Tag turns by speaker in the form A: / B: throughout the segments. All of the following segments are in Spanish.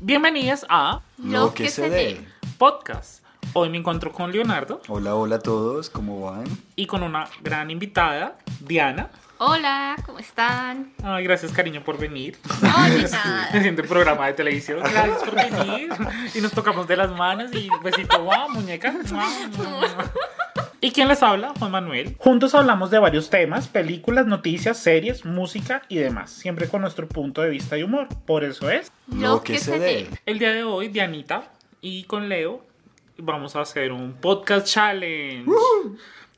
A: Bienvenidas a
B: Lo que se dé.
A: Podcast. Hoy me encuentro con Leonardo
B: Hola, hola a todos, ¿cómo van?
A: y con una gran invitada, Diana.
C: Hola, ¿cómo están?
A: Ay, gracias cariño por venir.
C: No, ni nada.
A: Haciendo el programa de televisión. Gracias por venir. Y nos tocamos de las manos y besito, wow, muñeca. guau, guau, guau. ¿Y quién les habla? Juan Manuel. Juntos hablamos de varios temas, películas, noticias, series, música y demás, siempre con nuestro punto de vista y humor. Por eso es
C: Lo que se dé.
A: El día de hoy, Dianita y con Leo vamos a hacer un podcast challenge.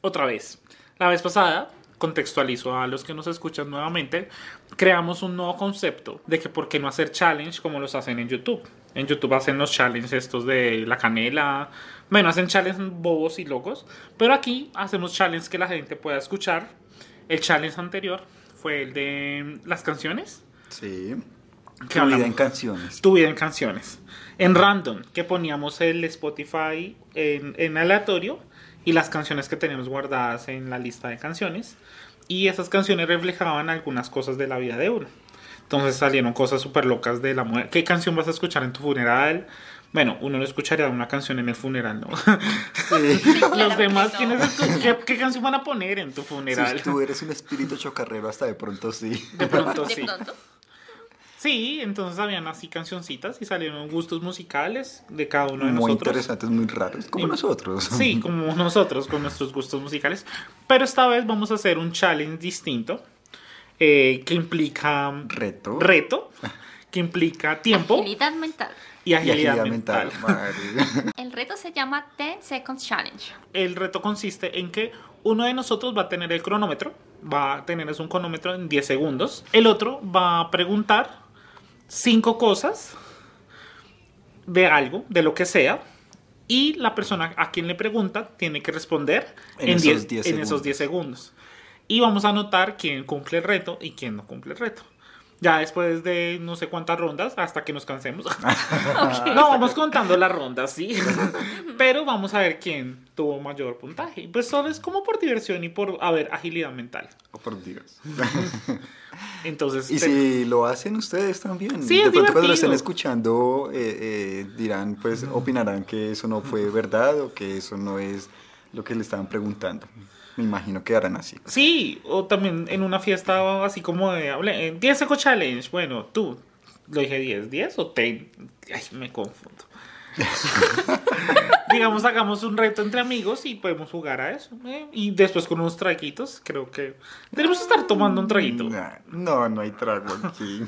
A: Otra vez. La vez pasada, contextualizo a los que nos escuchan nuevamente, creamos un nuevo concepto de que por qué no hacer challenge como los hacen en YouTube. En YouTube hacen los challenges estos de la canela. Bueno, hacen challenges bobos y locos. Pero aquí hacemos challenges que la gente pueda escuchar. El challenge anterior fue el de las canciones.
B: Sí.
A: que
B: Tu vida
A: hablamos
B: en canciones.
A: tu vida en canciones. En random, que poníamos el Spotify en, en aleatorio y las canciones que tenemos guardadas en la lista de canciones. Y esas canciones reflejaban algunas cosas de la vida de uno. Entonces salieron cosas súper locas de la muerte. ¿Qué canción vas a escuchar en tu funeral? Bueno, uno no escucharía una canción en el funeral, ¿no?
B: Sí.
A: Los demás,
C: no.
A: ¿quiénes escu- qué, qué canción van a poner en tu funeral?
B: Si tú eres un espíritu chocarrero, hasta de pronto sí.
A: De pronto
C: De
A: sí.
C: pronto.
A: Sí, entonces habían así cancioncitas y salieron gustos musicales de cada uno de
B: Muy
A: nosotros.
B: interesantes, muy raros, como
A: Y-
B: nosotros.
A: Sí, como nosotros, con nuestros gustos musicales. Pero esta vez vamos a hacer un challenge distinto eh, que implica
B: Reto.
A: reto, que implica tiempo
C: Agilidad mental.
A: y
B: Y
A: agilidad,
B: agilidad
A: mental.
B: mental. madre.
C: El reto se llama 10 Seconds Challenge.
A: El reto consiste en que uno de nosotros va a tener el cronómetro, va a tener es un cronómetro en 10 segundos. El otro va a preguntar cinco cosas de algo, de lo que sea. Y la persona a quien le pregunta tiene que responder en,
B: En esos
A: 10
B: 10
A: en esos 10 segundos. Y vamos a notar quién cumple el reto y quién no cumple el reto. Ya después de no sé cuántas rondas, hasta que nos cansemos. Ah, No, vamos contando las rondas, sí. Pero vamos a ver quién tuvo mayor puntaje. Pues solo es como por diversión y por, a ver, agilidad mental.
B: Oh, por Dios.
A: Entonces,
B: Y
A: te-
B: si lo hacen ustedes también,
A: Este Sí,
B: de
A: es
B: pronto cuando lo estén
A: divertido. Mm.
B: escuchando, eh, eh, dirán, pues opinarán que eso no fue verdad o que eso no es lo que le estaban preguntando. Me imagino que harán así.
A: Sí, o también en una fiesta así como de, hablé, eh, 10 Eco Challenge. Bueno, tú, lo dije 10, 10 o 10. Ay, me confundo. Digamos, hagamos un reto entre amigos y podemos jugar a eso. ¿eh? Y después con unos traguitos, creo que debemos estar tomando un traguito.
B: Nah, No, no hay trago aquí.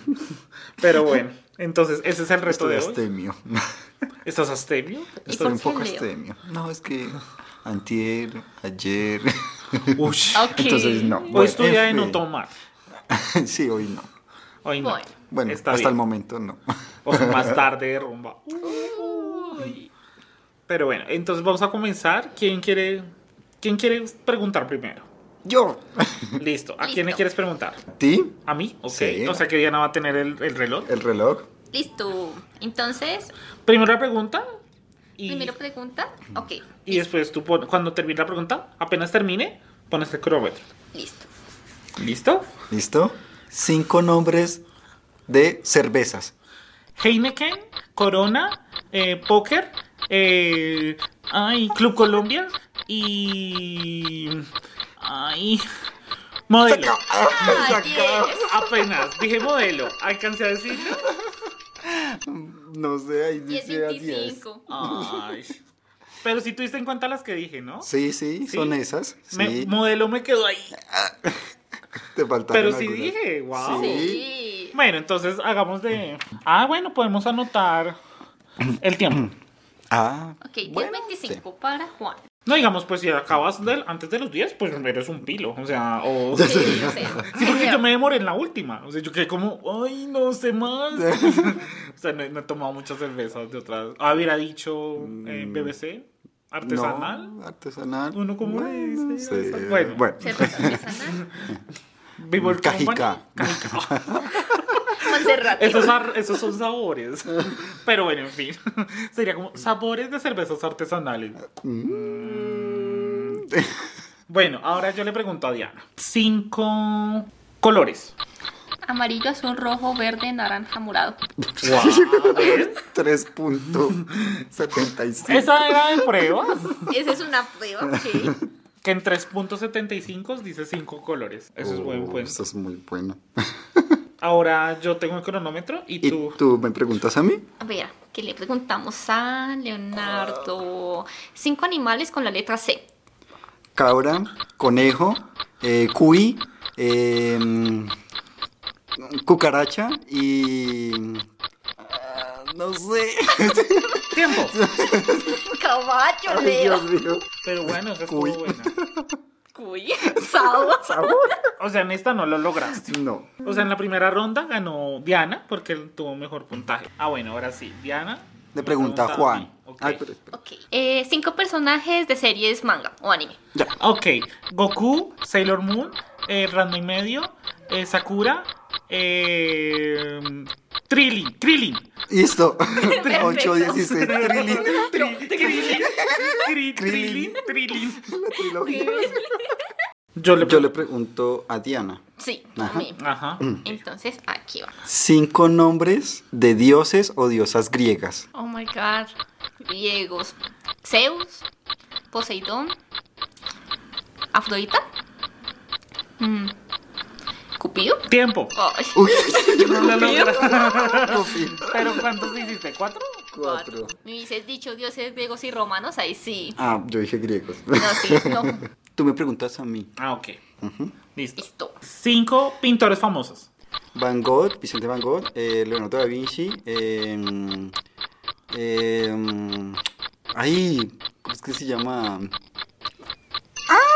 A: Pero bueno, entonces ese es el reto
B: Estoy
A: de hoy.
B: astemio.
A: ¿Estás astemio?
C: ¿Y
B: Estoy un
C: por qué
B: poco
C: leo?
B: astemio. No, es que antier, ayer.
A: Uy.
C: Ok.
B: Entonces, no.
A: Hoy
B: Bueno,
A: estudia de
B: en
A: no
B: fin.
A: tomar.
B: Sí, hoy no.
A: Hoy no.
C: Bueno.
B: Bueno,
A: Está
B: hasta el
A: bien.
B: momento no.
A: O más tarde de rumba. Pero bueno, entonces vamos a comenzar. ¿Quién quiere, quién quiere preguntar primero?
B: Yo.
A: Listo. ¿A quién le
C: Listo.
A: quieres preguntar?
B: ¿Ti?
A: ¿A mí? Ok.
B: Sí. Eh.
A: O sea que Diana va a tener el, el reloj.
B: ¿El reloj?
C: Listo. Entonces,
A: Primera pregunta. Y,
C: primero pregunta. Ok,
A: y después tú, pon- cuando termine la pregunta, apenas termine, pones el cronómetro.
C: listo.
A: ¿Listo?
B: ¿Listo? Cinco nombres de cervezas.
A: Heineken, Corona, eh, Póker, eh, ay, Club Colombia y. Ay. Modelo.
C: Ah, diez.
A: Apenas. Dije modelo. Alcancé a decir.
B: Mm, No sé, ahí dice a 10.
C: 10.25.
A: Ay. Pero si tuviste en cuenta las que dije, ¿no?
B: Sí, sí,
A: Sí.
B: son esas. Sí,
A: Me- modelo me quedó ahí.
B: te faltaron
A: Pero sí
B: algunas.
A: dije, wow.
C: Sí.
A: Bueno, entonces hagamos de. Ah, bueno, podemos anotar el tiempo.
B: Ah,
C: Ok, 10.25
B: bueno,
C: para Juan.
A: No digamos, pues si acabas del, antes de los 10, pues eres un pilo. O sea, o.
C: Sí, yo sé.
A: Sí, porque yo me demoré en la última. O sea, yo quedé como, ay, no sé más. o sea, no, no he tomado muchas cervezas de otras. Hubiera dicho eh,
C: Mm.
A: BBC,
B: sí. No,
A: artesanal.
B: artesanal.
A: Uno como
B: bueno,
A: es,
B: sí.
A: sí,
B: bueno.
A: bueno.
C: Cerveza artesanal.
A: Vivo el
B: Cajica.
C: Monserrat.
A: Esos, ar- esos son sabores. Pero bueno, en fin. Sería como sabores de cervezas artesanales.
B: Mm.
A: Bueno, ahora yo le pregunto a Diana. Cinco colores.
C: Amarillo, azul, rojo, verde, naranja, morado.
B: Tres punto setenta y cinco.
A: Esa era de pruebas.
C: Esa es una prueba, ok.
A: Que en 3.75 dice 5 colores. Eso es buen
B: Oh,
A: cuento.
B: Eso es muy bueno.
A: Ahora yo tengo el cronómetro y
B: ¿Y
A: tú.
B: tú me preguntas a mí?
C: A ver, que le preguntamos a Leonardo. Cinco animales con la letra C.
B: Cabra, conejo, eh, cuy, em, cucaracha y... ah, no sé.
A: Tiempo.
C: Caballo,
B: Ay, Dios
C: Leo.
B: mío.
A: Pero bueno, esa estuvo
B: Uy.
A: buena.
C: Cuy. Sabo.
A: O sea, en esta no lo lograste.
B: No.
A: O sea, en la primera ronda ganó Diana porque él tuvo mejor puntaje. Ah, bueno, ahora sí. Diana. me
B: Le pregunta a Juan.
A: mí. Ok.
B: Ay, pero espera.
C: Ok. Eh, cinco personajes de series manga o anime.
A: Ok, Goku, Sailor Moon, eh, Ranma y medio, eh, Sakura, eh, Trilling, Trilling,
B: Listo.
C: Perfecto.
B: 816 Trilin.
A: Trilling, Trilling, Trilling,
B: Krillin.
A: Trilling.
B: La trilogía.
A: Yo le
B: Yo le pregunto a Diana.
C: Sí,
B: Ajá.
C: a mí.
A: Ajá.
C: Entonces, aquí va.
B: Cinco nombres de dioses o diosas griegas.
C: Oh my god. Griegos. Zeus. Poseidón. Afrodita. mm, Cupido.
A: Tiempo.
C: Ay,
B: Uy,
A: No lo logra.
B: por fin.
A: Pero ¿cuántos hiciste? ¿Cuatro?
B: Cuatro.
C: Me hubieses dicho dioses griegos y romanos, ahí sí.
B: Ah, yo dije griegos.
C: No, sí, no.
B: Tú me preguntas a mí.
A: Ah, ok. Listo.
C: Listo.
A: Cinco pintores famosos.
B: Van Gogh, Vicente Van Gogh, eh, Leonardo da Vinci. Eh, eh, ay, ¿cómo es que se llama? ¡Ah!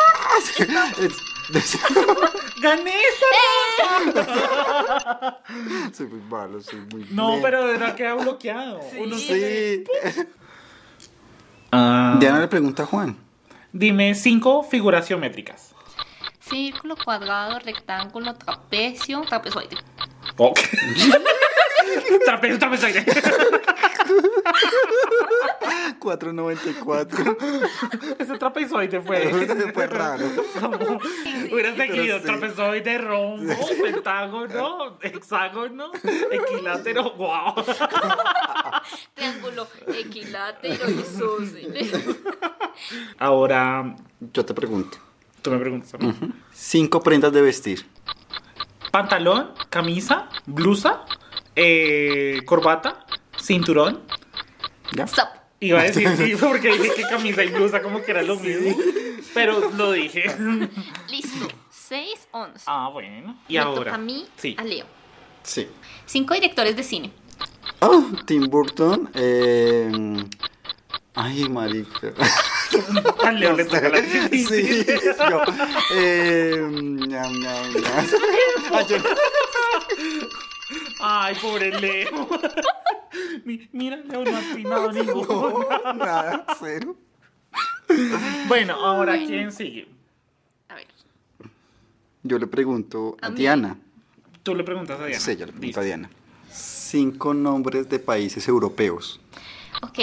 B: Es-
A: ¡Gané esa!
B: soy muy malo, soy muy
A: No,
B: lento.
A: pero era que ha bloqueado. Uno se-
B: Sí.
A: Ah.
B: Diana le pregunta a Juan.
A: Dime cinco figuras geométricas.
C: Círculo, cuadrado, rectángulo, trapecio, trapezoide.
A: Ok. trapezo, trapezoide. Pues,
B: 4.94.
A: Ese trapezoide fue.
B: Eso fue raro.
A: como- Hubiera seguido
B: sí.
A: trapezoide, rombo, pentágono, hexágono, equilátero. ¡Wow!
C: Triángulo, equilátero isósceles.
A: Ahora,
B: Yo te pregunto.
A: tú me preguntas a mí.
B: Mm. Cinco prendas de vestir.
A: Pantalón, camisa, blusa, eh, corbata, cinturón.
B: ¿Ya?
C: Stop.
A: Iba a decir sí, porque dije que camisa y blusa como que era lo mismo. Pero lo dije.
C: Listo. 6, 11.
A: Ah, bueno. Y
C: Me
A: ahora.
C: toca a mí,
A: Sí.
C: a Leo.
B: Sí.
C: Cinco directores de cine.
B: Oh, Tim Burton. eh, Ay, marica.
A: A Leo le toca la
B: Sí, yo. Eh, ñam, ñam, ñam. Ay, yo-
A: Ay, pobre Leo. Mi- Mira, Leo no ha atinado ninguno.
B: no, nada, cero.
A: Bueno, ahora quién sigue.
C: A ver.
B: Yo le pregunto a
C: A mí.
B: Diana.
A: Tú le preguntas a Diana.
B: Sí, yo le pregunto
A: Listo.
B: a Diana. Cinco nombres de países europeos.
C: Ok.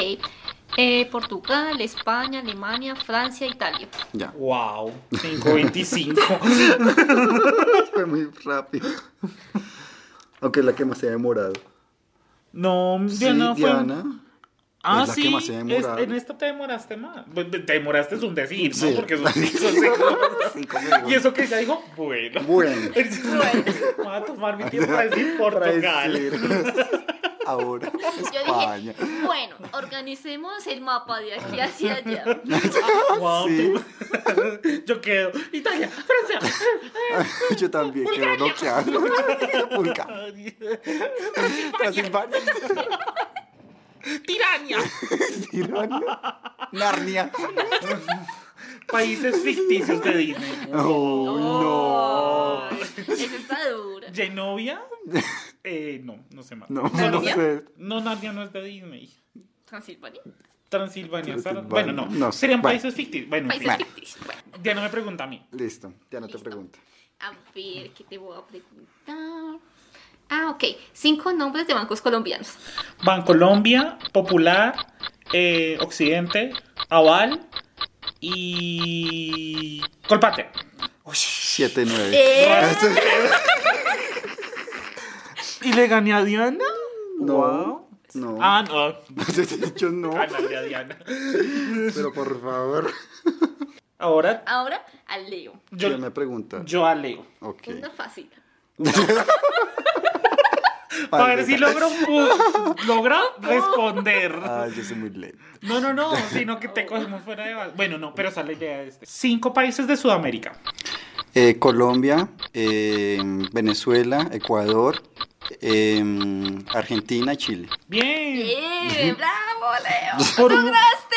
C: Eh, Portugal, España, Alemania, Francia, Italia.
B: Ya.
A: Wow, 525.
B: Fue muy rápido. Aunque es la que más se ha demorado.
A: No,
B: Sí,
A: Diana fue.
B: Diana.
A: Ah,
B: Es la que
A: sí.
B: más se ha
A: es-
B: demorado.
A: en esta te demoraste más. Pues, Te demoraste es un decir,
B: Sí.
A: ¿no? Porque son cinco segundos.
B: Cinco segundos.
A: Y eso que ella dijo, bueno.
B: Bueno.
A: Voy a tomar mi tiempo para decir
B: Para
A: Portugal.
B: decir- Ahora,
C: Yo
B: España.
C: dije, bueno, organicemos el mapa de aquí hacia allá.
A: Wow,
B: Sí.
A: tú- Yo quedo. Italia, Francia.
B: Yo también quedo bloqueado. Pulca. Transilvania.
A: Tirania.
B: Tirania. Narnia.
A: Países ficticios de Disney.
B: Oh, no.
C: Esa está dura.
A: Genovia. Eh, no, no sé más.
B: No, no
C: ¿Narnia?
B: sé.
A: No, Narnia no es de Disney.
C: Transilvania.
A: Transilvania. Sara-
B: Transilvania.
A: Bueno, no.
B: No sé.
A: Serían
B: Bueno.
A: países ficticios. Bueno, en
C: Países
A: fin.
B: Bueno.
C: ficticios. Bueno,
A: Diana me pregunta a mí.
B: Listo, ya no te
C: Listo.
B: pregunto.
C: a ver, ¿qué te voy a preguntar? Ah, ok. Cinco nombres de bancos colombianos.
A: Bancolombia, Popular, eh, Occidente, Aval y Colpatria.
B: Siete, nueve.
C: Eh,
A: ¿Y le gané a Diana?
B: No.
A: Wow.
B: No.
A: Ah, no.
B: Yo no.
C: Ah.
A: Ganarle a Diana.
B: Pero por favor.
A: Ahora
C: Ahora al Leo.
A: yo,
B: Ya me pregunta.
A: yo a Leo.
B: Ok.
C: Punto fácil.
A: A ver si logro, pu- logro responder.
B: Ah, yo soy muy lento.
A: No, no, no, sino que te cogemos fuera de base. Bueno, no, pero esa es la idea de este. Cinco países de Sudamérica.
B: Eh, Colombia, eh, Venezuela, Ecuador, eh, Argentina y Chile.
A: Bien.
C: ¡Bien! Eh, ¡Bravo, Leo!
A: Por un,
C: ¡Lograste!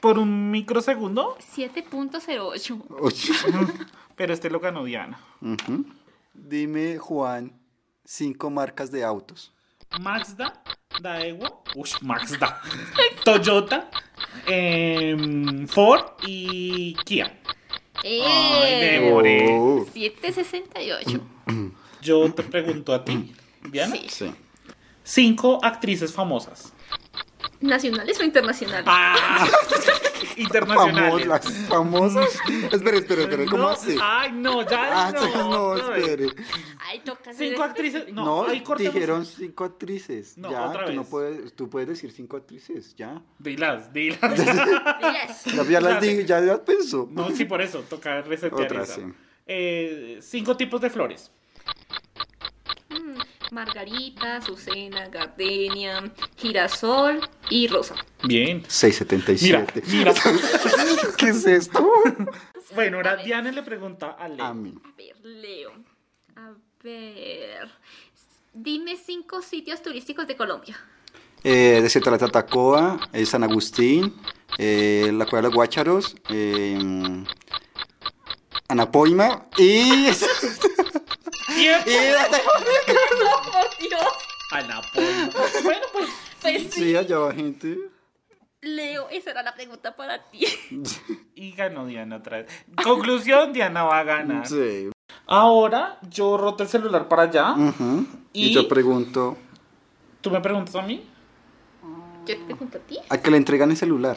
A: por un microsegundo,
C: 7.08.
A: pero este lo ganó Diana.
B: Ujú. Dime, Juan, cinco marcas de autos.
A: Mazda, Daewoo, uy, Mazda, Toyota, em, Ford y Kia. Ay,
C: ¡Eh!
A: Leo. Pobre.
B: Oh.
C: 7.68.
A: Yo te pregunto a ti, Diana.
C: Sí.
B: Sí.
A: Cinco actrices famosas.
C: ¿Nacionales o internacionales?
A: Ah, internacionales.
B: Famos- las famosas. espera, espera, espera. ¿Cómo
A: No,
B: así?
A: Ay, no, ya
B: Ah,
A: no.
B: no,
A: otra vez.
B: espere.
C: Ay, toca ser
A: Cinco actrices.
C: específico.
A: No,
B: No,
A: ahí cortemos.
B: dijeron cinco actrices.
A: No,
B: ya,
A: otra
B: tú no
A: vez.
B: puedes, tú puedes decir cinco actrices, ya.
A: Dilas, dilas.
C: Yes.
B: Ya, ya
A: Ya
B: las
A: sé.
B: dije, ya las pensó.
A: No, sí, por eso, toca resetear
B: Otra,
A: esa.
B: sí.
A: Eh, cinco tipos de flores.
C: Mm, Margarita, Azucena, Gardenia, Girasol y Rosa.
A: Bien. Mira,
B: 677.
A: mira.
B: ¿Qué es esto? Ah,
A: Bueno,
C: A
A: ahora
C: ver,
A: Diana le pregunta a Leo.
B: A mí.
C: a ver, Leo. A ver. Dime cinco sitios turísticos de Colombia.
B: Eh, Desierto de la Tatacoa, eh, San Agustín, eh, la Cueva de los Guácharos, eh, Anapoima y...
A: ¡Tiempo!
B: y-
C: ¡No, por Dios!
A: Ana Paula. Bueno, pues.
C: Pues sí.
B: sí, allá va gente.
C: Leo, esa era la pregunta para ti.
A: Y ganó Diana otra vez. Conclusión: Diana va a ganar.
B: Sí.
A: Ahora yo roto el celular para allá.
B: Ujú.
A: Y-
B: y yo pregunto,
A: ¿Tú me preguntas a mí?
C: Yo te pregunto a ti.
B: Al que le entregan el celular.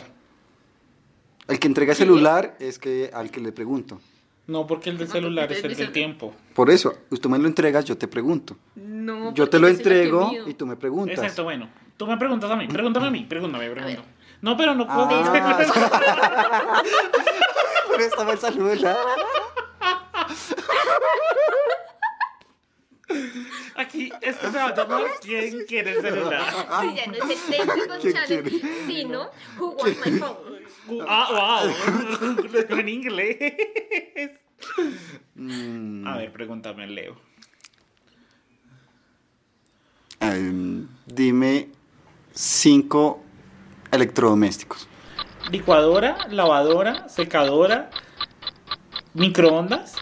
B: Al que entrega celular es que al que le pregunto.
A: No, porque el del
C: No,
A: celular
C: porque
A: es el
C: mi
A: del
C: celu-
A: tiempo.
B: Por eso, tú me lo entregas, yo te pregunto.
C: No.
B: Yo
C: porque
B: te lo
C: soy la que
B: entrego
C: mido.
B: y tú me preguntas.
A: Exacto, bueno. Tú me preguntas a mí. Pregúntame a mí. Pregúntame, pregúntame. No, pero no puedo.
B: Ah, por eso estaba el celular.
A: Aquí, esto se va a llamar ¿Quién quiere el celular?
C: Sí, ya no es el técnico
B: ¿Quién
C: challenge,
B: quiere?
C: sino who wants my phone.
A: Ah, wow. en inglés.
B: Mm,
A: A ver, pregúntame, Leo.
B: em, dime cinco electrodomésticos.
A: Licuadora, lavadora, secadora, microondas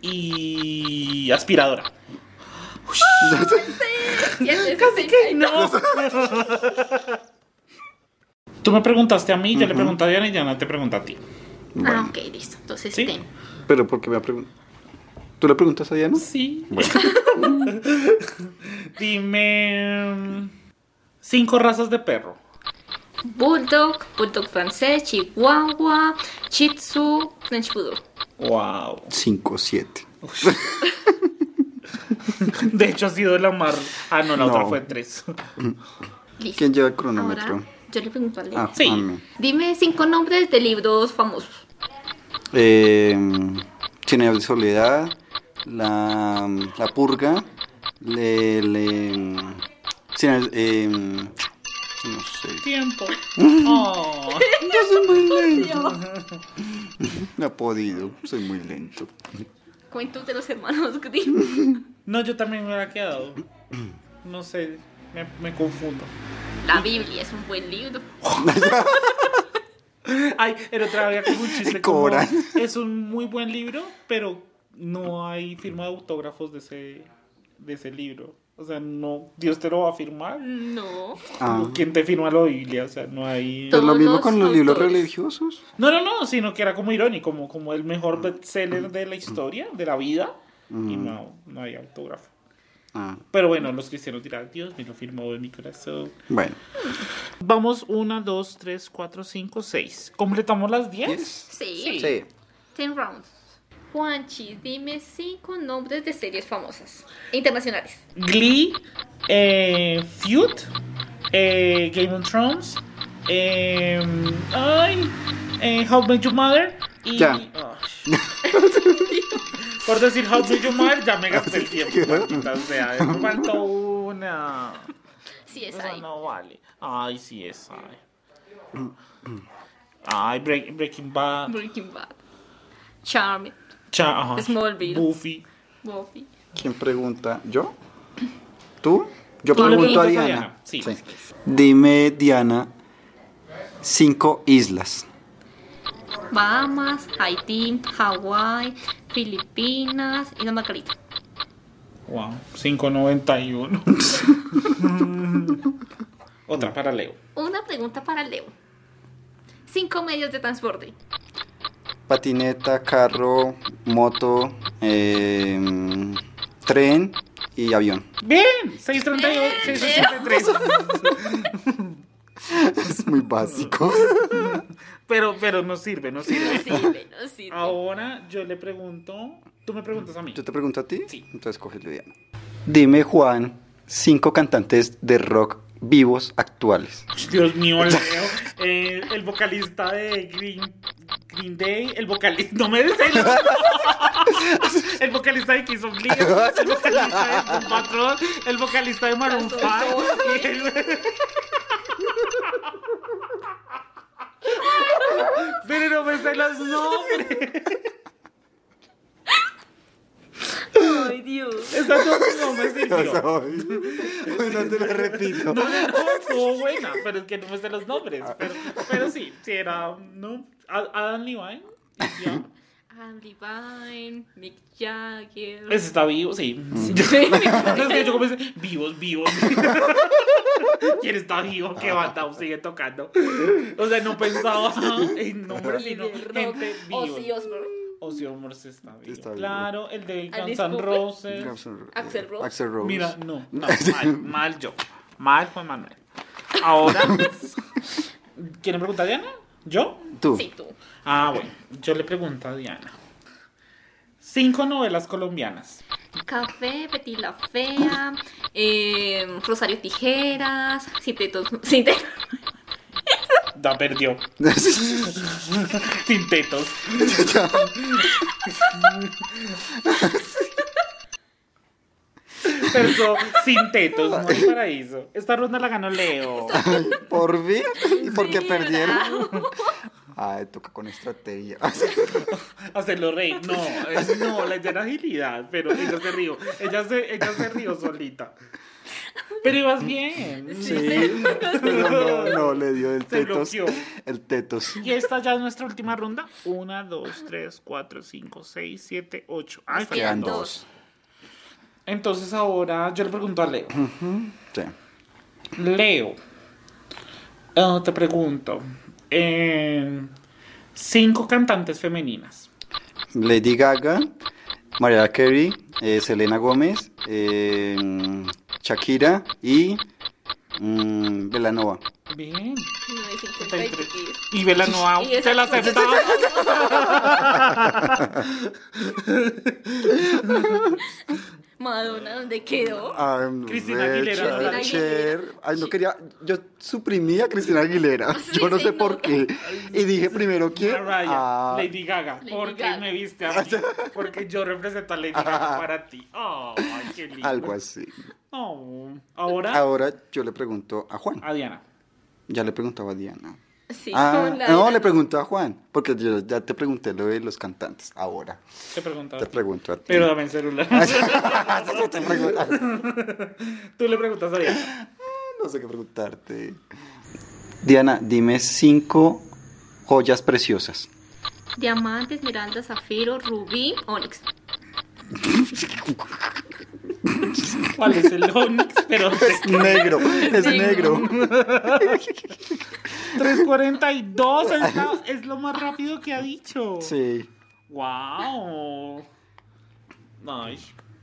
A: y aspiradora.
C: Casi que no. Ah,
A: Tú me preguntaste a mí, yo le pregunté a Diana y Diana te pregunta a ti.
C: Ah,
B: Bueno,
C: ok, listo. Entonces,
A: Sí.
C: ten.
B: pero porque me preguntado? ¿Tú le preguntas a Diana?
A: Pues Sí.
B: Bueno.
A: Dime mm, cinco razas de perro.
C: Bulldog, Bulldog francés, Chihuahua, Shih Tzu, French Bulldog.
A: Wow.
B: Cinco, siete.
A: De hecho ha sido la mar. Ah, no, la otra
B: No.
A: fue tres.
C: Listo.
B: ¿Quién lleva el
C: Ahora,
B: cronómetro?
C: yo le pregunto a Leo.
B: Ah,
A: Sí.
B: a mí.
C: Dime cinco nombres de libros famosos.
B: Eh, Cine de Soledad, La, la Purga, le, le, Cine- eh, no sé.
A: Tiempo. Oh.
B: Yo soy muy lento. No he podido, soy muy lento.
C: Cuentos de los hermanos Grimm.
A: No, yo también me hubiera quedado. No sé, me, me confundo.
C: La Biblia es un buen libro.
B: Ah.
A: Ay, pero otra vez como un chiste. como,
B: Cobran.
A: es un muy buen libro, pero no hay firma de autógrafos de ese, de ese libro. O sea, no, Dios te lo va a firmar.
C: No.
B: Ah,
A: ¿Quién te firma la Biblia? O sea, no hay.
B: pues lo
C: Todos
B: mismo con los libros
C: autores.
B: religiosos.
A: No, no, no, sino que era como irónico, como, como el mejor bestseller de la historia, de la vida, y no, no hay autógrafo.
B: Ah,
A: Pero bueno, los cristianos dirán, Dios me lo firmó de mi corazón.
B: bueno.
A: Vamos, 1, 2, 3, 4, 5, 6. ¿Completamos las 10?
B: Yes.
C: Sí.
A: Sí.
B: Sí.
C: Ten rounds. Juanchi, dime cinco nombres de series famosas internacionales.
A: Glee, eh, Feud, eh, Game of Thrones, eh, ay, eh, How Met Your Mother y...
B: Ya.
A: Ah. Por decir How Met Your Mother ya me gasté el tiempo, maldita sea. Me faltó una.
C: Sí, es
A: Esa
C: ahí.
A: no vale. Ay, sí es. Ay, ay Break- Breaking Bad.
C: Breaking Bad, Charmed,
A: Cha- ajá.
C: Smallville.
A: Buffy.
C: Buffy.
B: ¿Quién pregunta? ¿Yo? ¿Tú? Yo
A: Tú le
B: pregunto a
A: preguntas a Diana,
B: Diana.
A: sí.
B: Dime, Diana, cinco islas.
C: Bahamas, Haití, Hawái, Filipinas y la Margarita.
A: Wow, 591. Otra para Leo.
C: Una pregunta para Leo. Cinco medios de transporte.
B: Patineta, carro, moto, eh, tren y avión.
A: Bien, 638, 683.
B: Es muy básico.
A: Pero, pero no sirve, no
C: No
A: sirve.
C: sirve, no sirve.
A: Ahora yo le pregunto. Tú me preguntas a mí.
B: Yo te pregunto a ti.
A: Sí.
B: Entonces cógele, Diana. Dime, Juan, cinco cantantes de rock vivos actuales.
A: Dios mío, Leo. Eh, el vocalista de Green, Green Day. El vocalista. No me des el El vocalista de Kiss of Leon, El vocalista de Stone Patrol. El vocalista de Maroon 5. y el- Pero no me sé los nombres.
C: Ay, Dios.
A: Esa no, no me sirvió.
B: bueno, te lo repito.
A: No, no, no, estuvo buena, pero es que no me sé los nombres. Pero, pero sí, sí era. ¿no? Ad- Adam Levine. y ya.
C: Adam Levine, Mick Jagger.
A: Ese Pues está vivo, sí. Sí.
B: Mm.
A: Es que yo comencé, vivos, vivos. ¿Quién está vivo? ¿Qué banda sigue tocando? O sea, no pensaba en nombres, sino gente
C: Ozzy
A: vivo.
C: Osbourne.
A: Ozzy Osbourne sí está vivo.
B: Está vivo.
A: Claro, el de Guns
C: Alice
A: N'
C: Cooper.
A: Roses.
C: Axl Rose.
B: Axel Rose.
A: Mira, no, no, mal, mal yo. Mal Juan Manuel. Ahora, ¿quieren preguntar a Diana? ¿Yo?
B: Tú.
C: Sí, tú.
A: Ah, bueno, yo le pregunto a Diana. Cinco novelas colombianas.
C: Café, Petit la Fea, eh, Rosario Tijeras, Sintetos. Sintetos.
A: Da perdió. Tintetos. Perdió sintetos, no hay paraíso. Esta ronda la ganó Leo.
B: Por mí y porque
C: Sí,
B: perdieron. Ay, toca con estrategia.
A: Hacerlo reír. No, es- no, la idea era agilidad, pero ella se rió. Ella se, ella se rió solita. Pero ibas bien.
B: Sí, pero no, no, le dio el
A: Se
B: tetos.
A: bloqueó.
B: El tetos.
A: Y esta ya es nuestra última ronda. Una, dos, tres, cuatro, cinco, seis, siete, ocho. Ay,
C: Quedan
A: faltan dos.
C: dos.
A: Entonces ahora yo le pregunto a Leo.
B: Sí.
A: Leo, eh, te pregunto, eh, cinco cantantes femeninas.
B: Lady Gaga, Mariah Carey, eh, Selena Gómez, eh, Shakira y mm, Belanova.
A: Bien.
C: 1953.
A: Y Belanova,
C: Y esa-
A: se la aceptamos.
C: Madonna, ¿dónde quedó?
A: Cristina Aguilera.
C: Cristina
B: Cher. Ay, no quería. Yo suprimí a Cristina Aguilera.
C: Sí,
B: yo no
C: sí,
B: sé
C: no.
B: por qué. Y dije primero quién.
A: Mariah,
B: Ah,
A: Lady Gaga,
C: Lady
A: porque
C: Gaga.
A: me viste a mí, porque yo represento a Lady Gaga para ti. Oh, ay, qué lindo.
B: algo así.
A: Oh, Ahora,
B: Ahora yo le pregunto a Juan.
A: a Diana.
B: Ya le preguntaba a Diana.
C: Sí,
B: Ah,
C: con la-
B: no, le pregunto a Juan. Porque yo ya te pregunté lo de los cantantes. Ahora
A: Te preguntaba.
B: te pregunto a ti.
A: Pero dame el celular.
B: Te pregunto-
A: Tú le preguntas a Diana.
B: no sé qué preguntarte. Diana, dime cinco joyas preciosas.
C: Diamante, esmeralda, zafiro, rubí, onix.
A: ¿Cuál es el Onix? Pero
B: Es negro, es negro.
A: 342 es, la- es lo más rápido que ha dicho.
B: Sí.
A: Wow. Ay,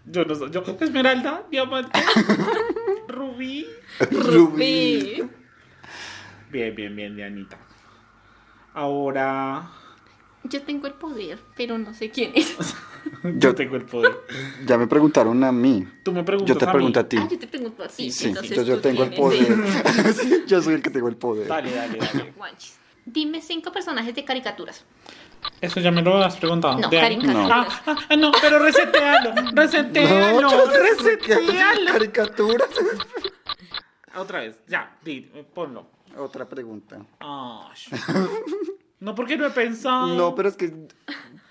A: yo no sé. Yo, esmeralda, diamante, rubí.
C: Rubí.
A: Bien, bien, bien, Dianita. Ahora.
C: Yo tengo el poder, pero no sé quién es.
A: Yo tengo el poder.
B: Ya me preguntaron a mí.
A: Tú me preguntas
B: Yo te
A: a mí.
B: pregunto a ti.
C: Ah, yo te pregunto a ti.
B: Sí,
C: entonces
B: entonces yo
C: tú
B: tengo el
C: tienes-
B: poder. Sí, yo soy el que tengo el poder.
A: Dale, dale, dale.
C: Guanchis. Dime cinco personajes de caricaturas.
A: Eso ya me lo has preguntado.
C: No,
A: De ahí.
C: caricaturas.
A: Ah, ah, ah, no, pero resetealo. Resetealo. resetealo.
B: Caricaturas.
A: Otra vez, ya, di, ponlo.
B: Otra pregunta.
A: Ah, sh- no, porque no he pensado.
B: No, pero es que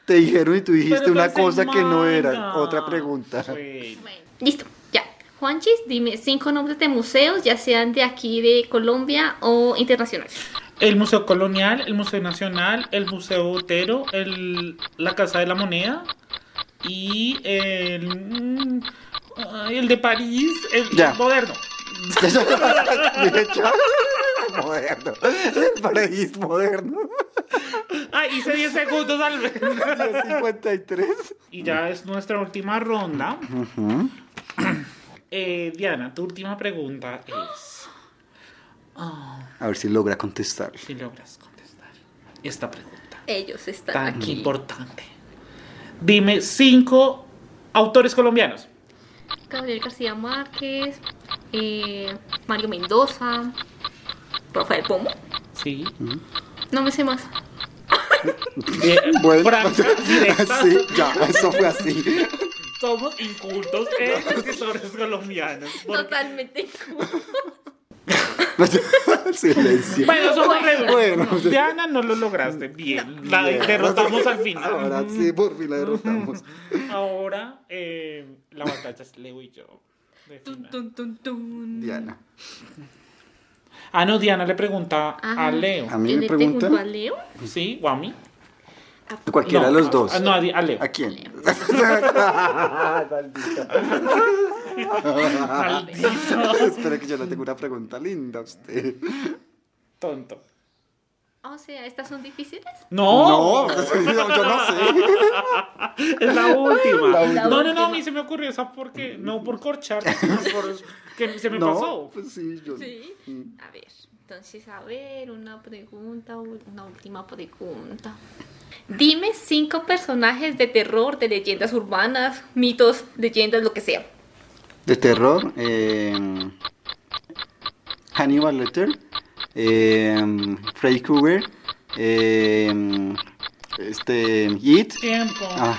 B: te dijeron y tú dijiste
A: Pero
B: una
A: pensé en
B: cosa que no era.
A: manga.
B: Otra pregunta.
A: Güey.
C: Bueno, listo, ya. Juanchis, dime cinco nombres de museos, ya sean de aquí de Colombia o internacionales.
A: El Museo Colonial, el Museo Nacional, el Museo Botero, el, la Casa de la Moneda y el, mm, ay, el de París, el,
B: Ya.
A: el moderno.
B: De hecho, moderno. El paraíso moderno.
A: Ay, Ah, hice 10 segundos al vez.
B: 53.
A: Y ya es nuestra última ronda. Eh, Diana, tu última pregunta es... ah,
B: A ver si logra contestar.
A: si logras contestar esta pregunta
C: Ellos están
A: tan
C: aquí.
A: importante. Dime cinco autores colombianos.
C: Gabriel García Márquez, eh, Mario Mendoza, Rafael Pomo.
A: Sí.
C: No me sé más.
B: Bueno,
A: Franca, directa.
B: sí, ya, eso fue así.
A: Somos incultos en escritores colombianos. porque-
C: Totalmente.
B: Silencio.
A: Bueno, somos re-
B: Bueno, sí.
A: Diana, no lo lograste. Bien. La
B: Bien.
A: derrotamos al final. Mm.
B: Ahora sí, por fin la derrotamos.
A: Ahora, eh, la batalla es Leo y yo. de final.
B: Diana.
A: Ah, no, Diana le pregunta
C: Ajá.
A: a Leo.
B: A mí
C: Yo
B: me
C: le
B: preguntan-
C: pregunto a Leo.
A: ¿Sí? ¿O a mí?
B: Cualquiera de
A: No,
B: los
A: a-
B: dos.
A: a- No, a, Di- a Leo.
B: ¿A quién?
A: Ah. Maldito.
B: Espera que yo le tengo una pregunta linda a usted.
A: Tonto.
C: O sea, ¿estas son difíciles?
A: No.
B: No, yo no sé.
A: Es la última.
B: La última.
A: No, no, no, a mí se me ocurrió esa porque. No por corchar, sino por. que se me
B: No,
A: pasó.
B: pues sí, yo. Mm.
C: A ver, entonces, a ver, una pregunta, una última pregunta. Dime cinco personajes de terror, de leyendas urbanas, mitos, leyendas, lo que sea.
B: De terror, eh, Hannibal Lecter, eh, Freddy Krueger, eh, este, It.
A: Tiempo.
B: Ah,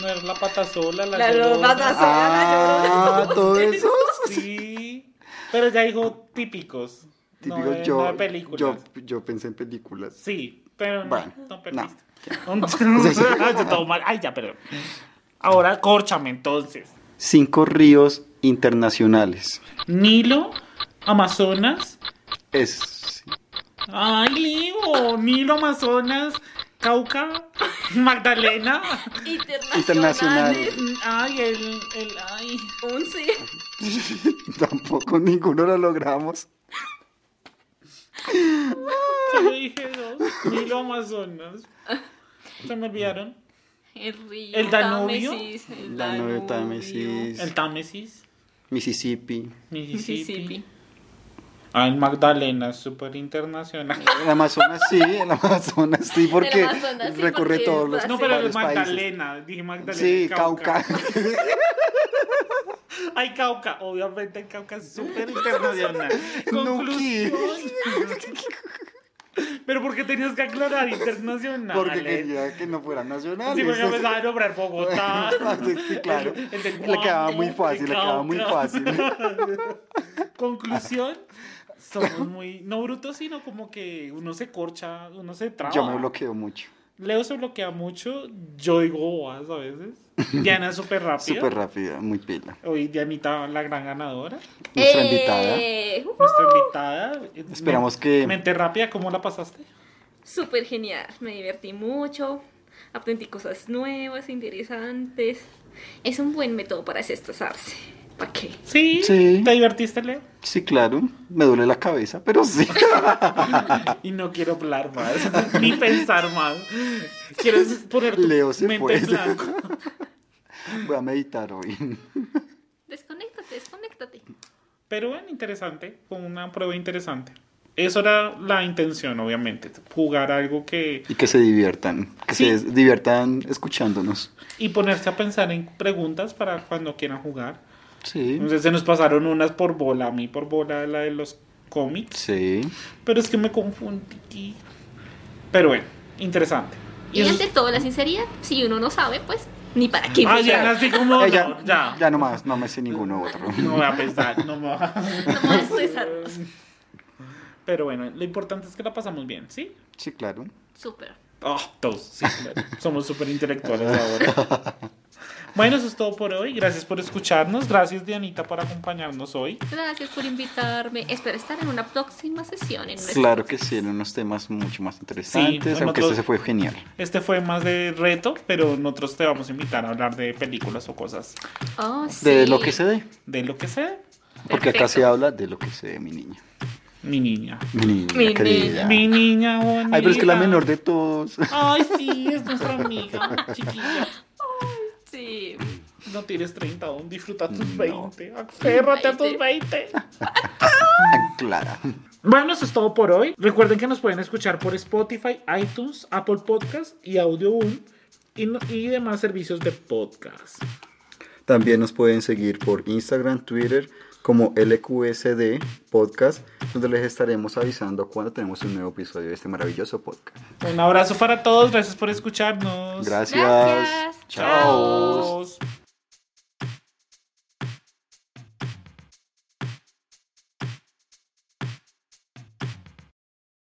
A: No era la pata sola, la,
C: La
A: llorona.
C: pata sola.
B: ah, todo eso.
A: Sí. Pero ya dijo típicos.
B: Típico,
A: no, eh, no
B: yo,
A: de películas.
B: yo, yo pensé en películas.
A: Sí, pero no,
B: Bueno,
A: no perdiste. Ay, yo todo mal. Ay, ya, perdón. Ahora córchame entonces.
B: Cinco ríos internacionales.
A: Nilo, Amazonas.
B: Es.
A: Ay, Leo. Nilo, Amazonas, Cauca, Magdalena.
C: Internacionales.
A: Ay, el, el, ay.
C: Once.
B: Tampoco ninguno lo logramos.
A: Solo dije dos. Nilo, Amazonas. Se me olvidaron.
C: El río.
A: ¿El Danubio?
C: Támesis, el
B: Danubio,
C: Danubio.
B: Támesis.
A: El Támesis,
B: Mississippi.
A: Mississippi.
C: Mississippi.
A: Ay, Magdalena, súper internacional.
C: Ah,
B: El Amazonas sí, el Amazonas sí, porque
C: Amazonas sí,
B: recorre
C: porque
B: todos los
C: pasa.
A: No, pero el
B: varios países.
A: Magdalena, dije Magdalena.
B: Sí,
A: Cauca.
B: Cauca.
A: Ay, Cauca, obviamente el Cauca es súper internacional.
B: No
A: Conclusión. Pero porque tenías que aclarar internacional.
B: Porque quería que no fueran nacionales.
A: Sí, porque empezaba a nombrar Bogotá.
B: Ah, Sí, claro.
A: El- el del
B: Le quedaba
A: Guamo,
B: muy fácil,
A: el
B: le quedaba muy
A: Cauca.
B: fácil.
A: Conclusión, somos muy, no brutos, sino como que uno se corcha, uno se traba.
B: Yo me bloqueo mucho.
A: Leo se bloquea mucho, yo digo bobadas a veces. Diana es súper rápida.
B: Súper rápida, muy pila.
A: Hoy Dianita, la gran ganadora,
B: Nuestra
C: Eh,
B: invitada.
C: uh,
A: nuestra invitada.
B: Esperamos que-
A: Mente rápida, ¿cómo la pasaste?
C: Súper genial. Me divertí mucho. Aprendí cosas nuevas, interesantes. Es un buen método para desestresarse. ¿Para qué?
A: Sí,
B: Sí.
A: te divertiste, Leo.
B: Sí, claro. Me duele la cabeza, pero sí.
A: Y no quiero hablar más, ni pensar más. Quieres poner tu
B: Leo se
A: mente
B: fue.
A: en blanco.
B: Voy a meditar hoy.
C: Desconéctate, desconéctate.
A: Pero bueno, interesante, fue una prueba interesante. Eso era la intención, obviamente. Jugar algo que.
B: Y que se diviertan, que
A: Sí.
B: se diviertan escuchándonos.
A: Y ponerse a pensar en preguntas para cuando quieran jugar.
B: Sí.
A: Entonces se nos pasaron unas por bola. A mí por bola la de los cómics.
B: Sí.
A: Pero es que me confundí. Pero bueno, interesante.
C: Y
A: eso-
C: ante todo, la sinceridad, si uno no sabe, pues ni para qué.
A: Ah, ya,
B: sea.
A: así como.
B: Eh, ya,
A: no, ya.
B: ya nomás, no me sé ninguno otro.
A: No voy a pensar, no me voy a-
C: No me estresarnos.
A: Pero bueno, lo importante es que la pasamos bien, ¿sí?
B: Sí, claro.
C: Súper.
A: Oh, todos, sí, claro. Somos súper intelectuales ahora. Bueno, eso es todo por hoy. Gracias por escucharnos. Gracias, Dianita, por acompañarnos hoy.
C: Gracias por invitarme. Espero estar en una próxima sesión. En nuestro-
B: Claro que sí, eran unos temas mucho más interesantes,
A: bueno,
B: aunque
A: todo-
B: este se fue genial.
A: Este fue más de reto, pero nosotros te vamos a invitar a hablar de películas o cosas
C: Oh,
B: De
C: sí.
B: lo que se dé,
A: de lo que sea,
B: porque acá
C: Perfecto.
B: se habla de lo que se dé, mi niña.
A: mi niña.
B: Mi niña,
C: Mi
B: querida.
A: Mi niña bonita.
B: Ay, pero es que la menor de todos.
A: Ay, sí, es nuestra amiga, chiquilla.
C: Sí.
A: No tienes 30 aún, disfruta tus
B: No.
A: 20. Aférrate a tus 20.
B: Clara.
A: Bueno, eso es todo por hoy. Recuerden que nos pueden escuchar por Spotify, iTunes, Apple Podcast y Audioboom y, no- y demás servicios de podcast.
B: También nos pueden seguir por Instagram, Twitter como LQSD Podcast, donde les estaremos avisando cuando tenemos un nuevo episodio de este maravilloso podcast.
A: Un abrazo para todos, gracias por escucharnos.
B: Gracias.
C: Gracias.
B: Chao.
A: Adiós.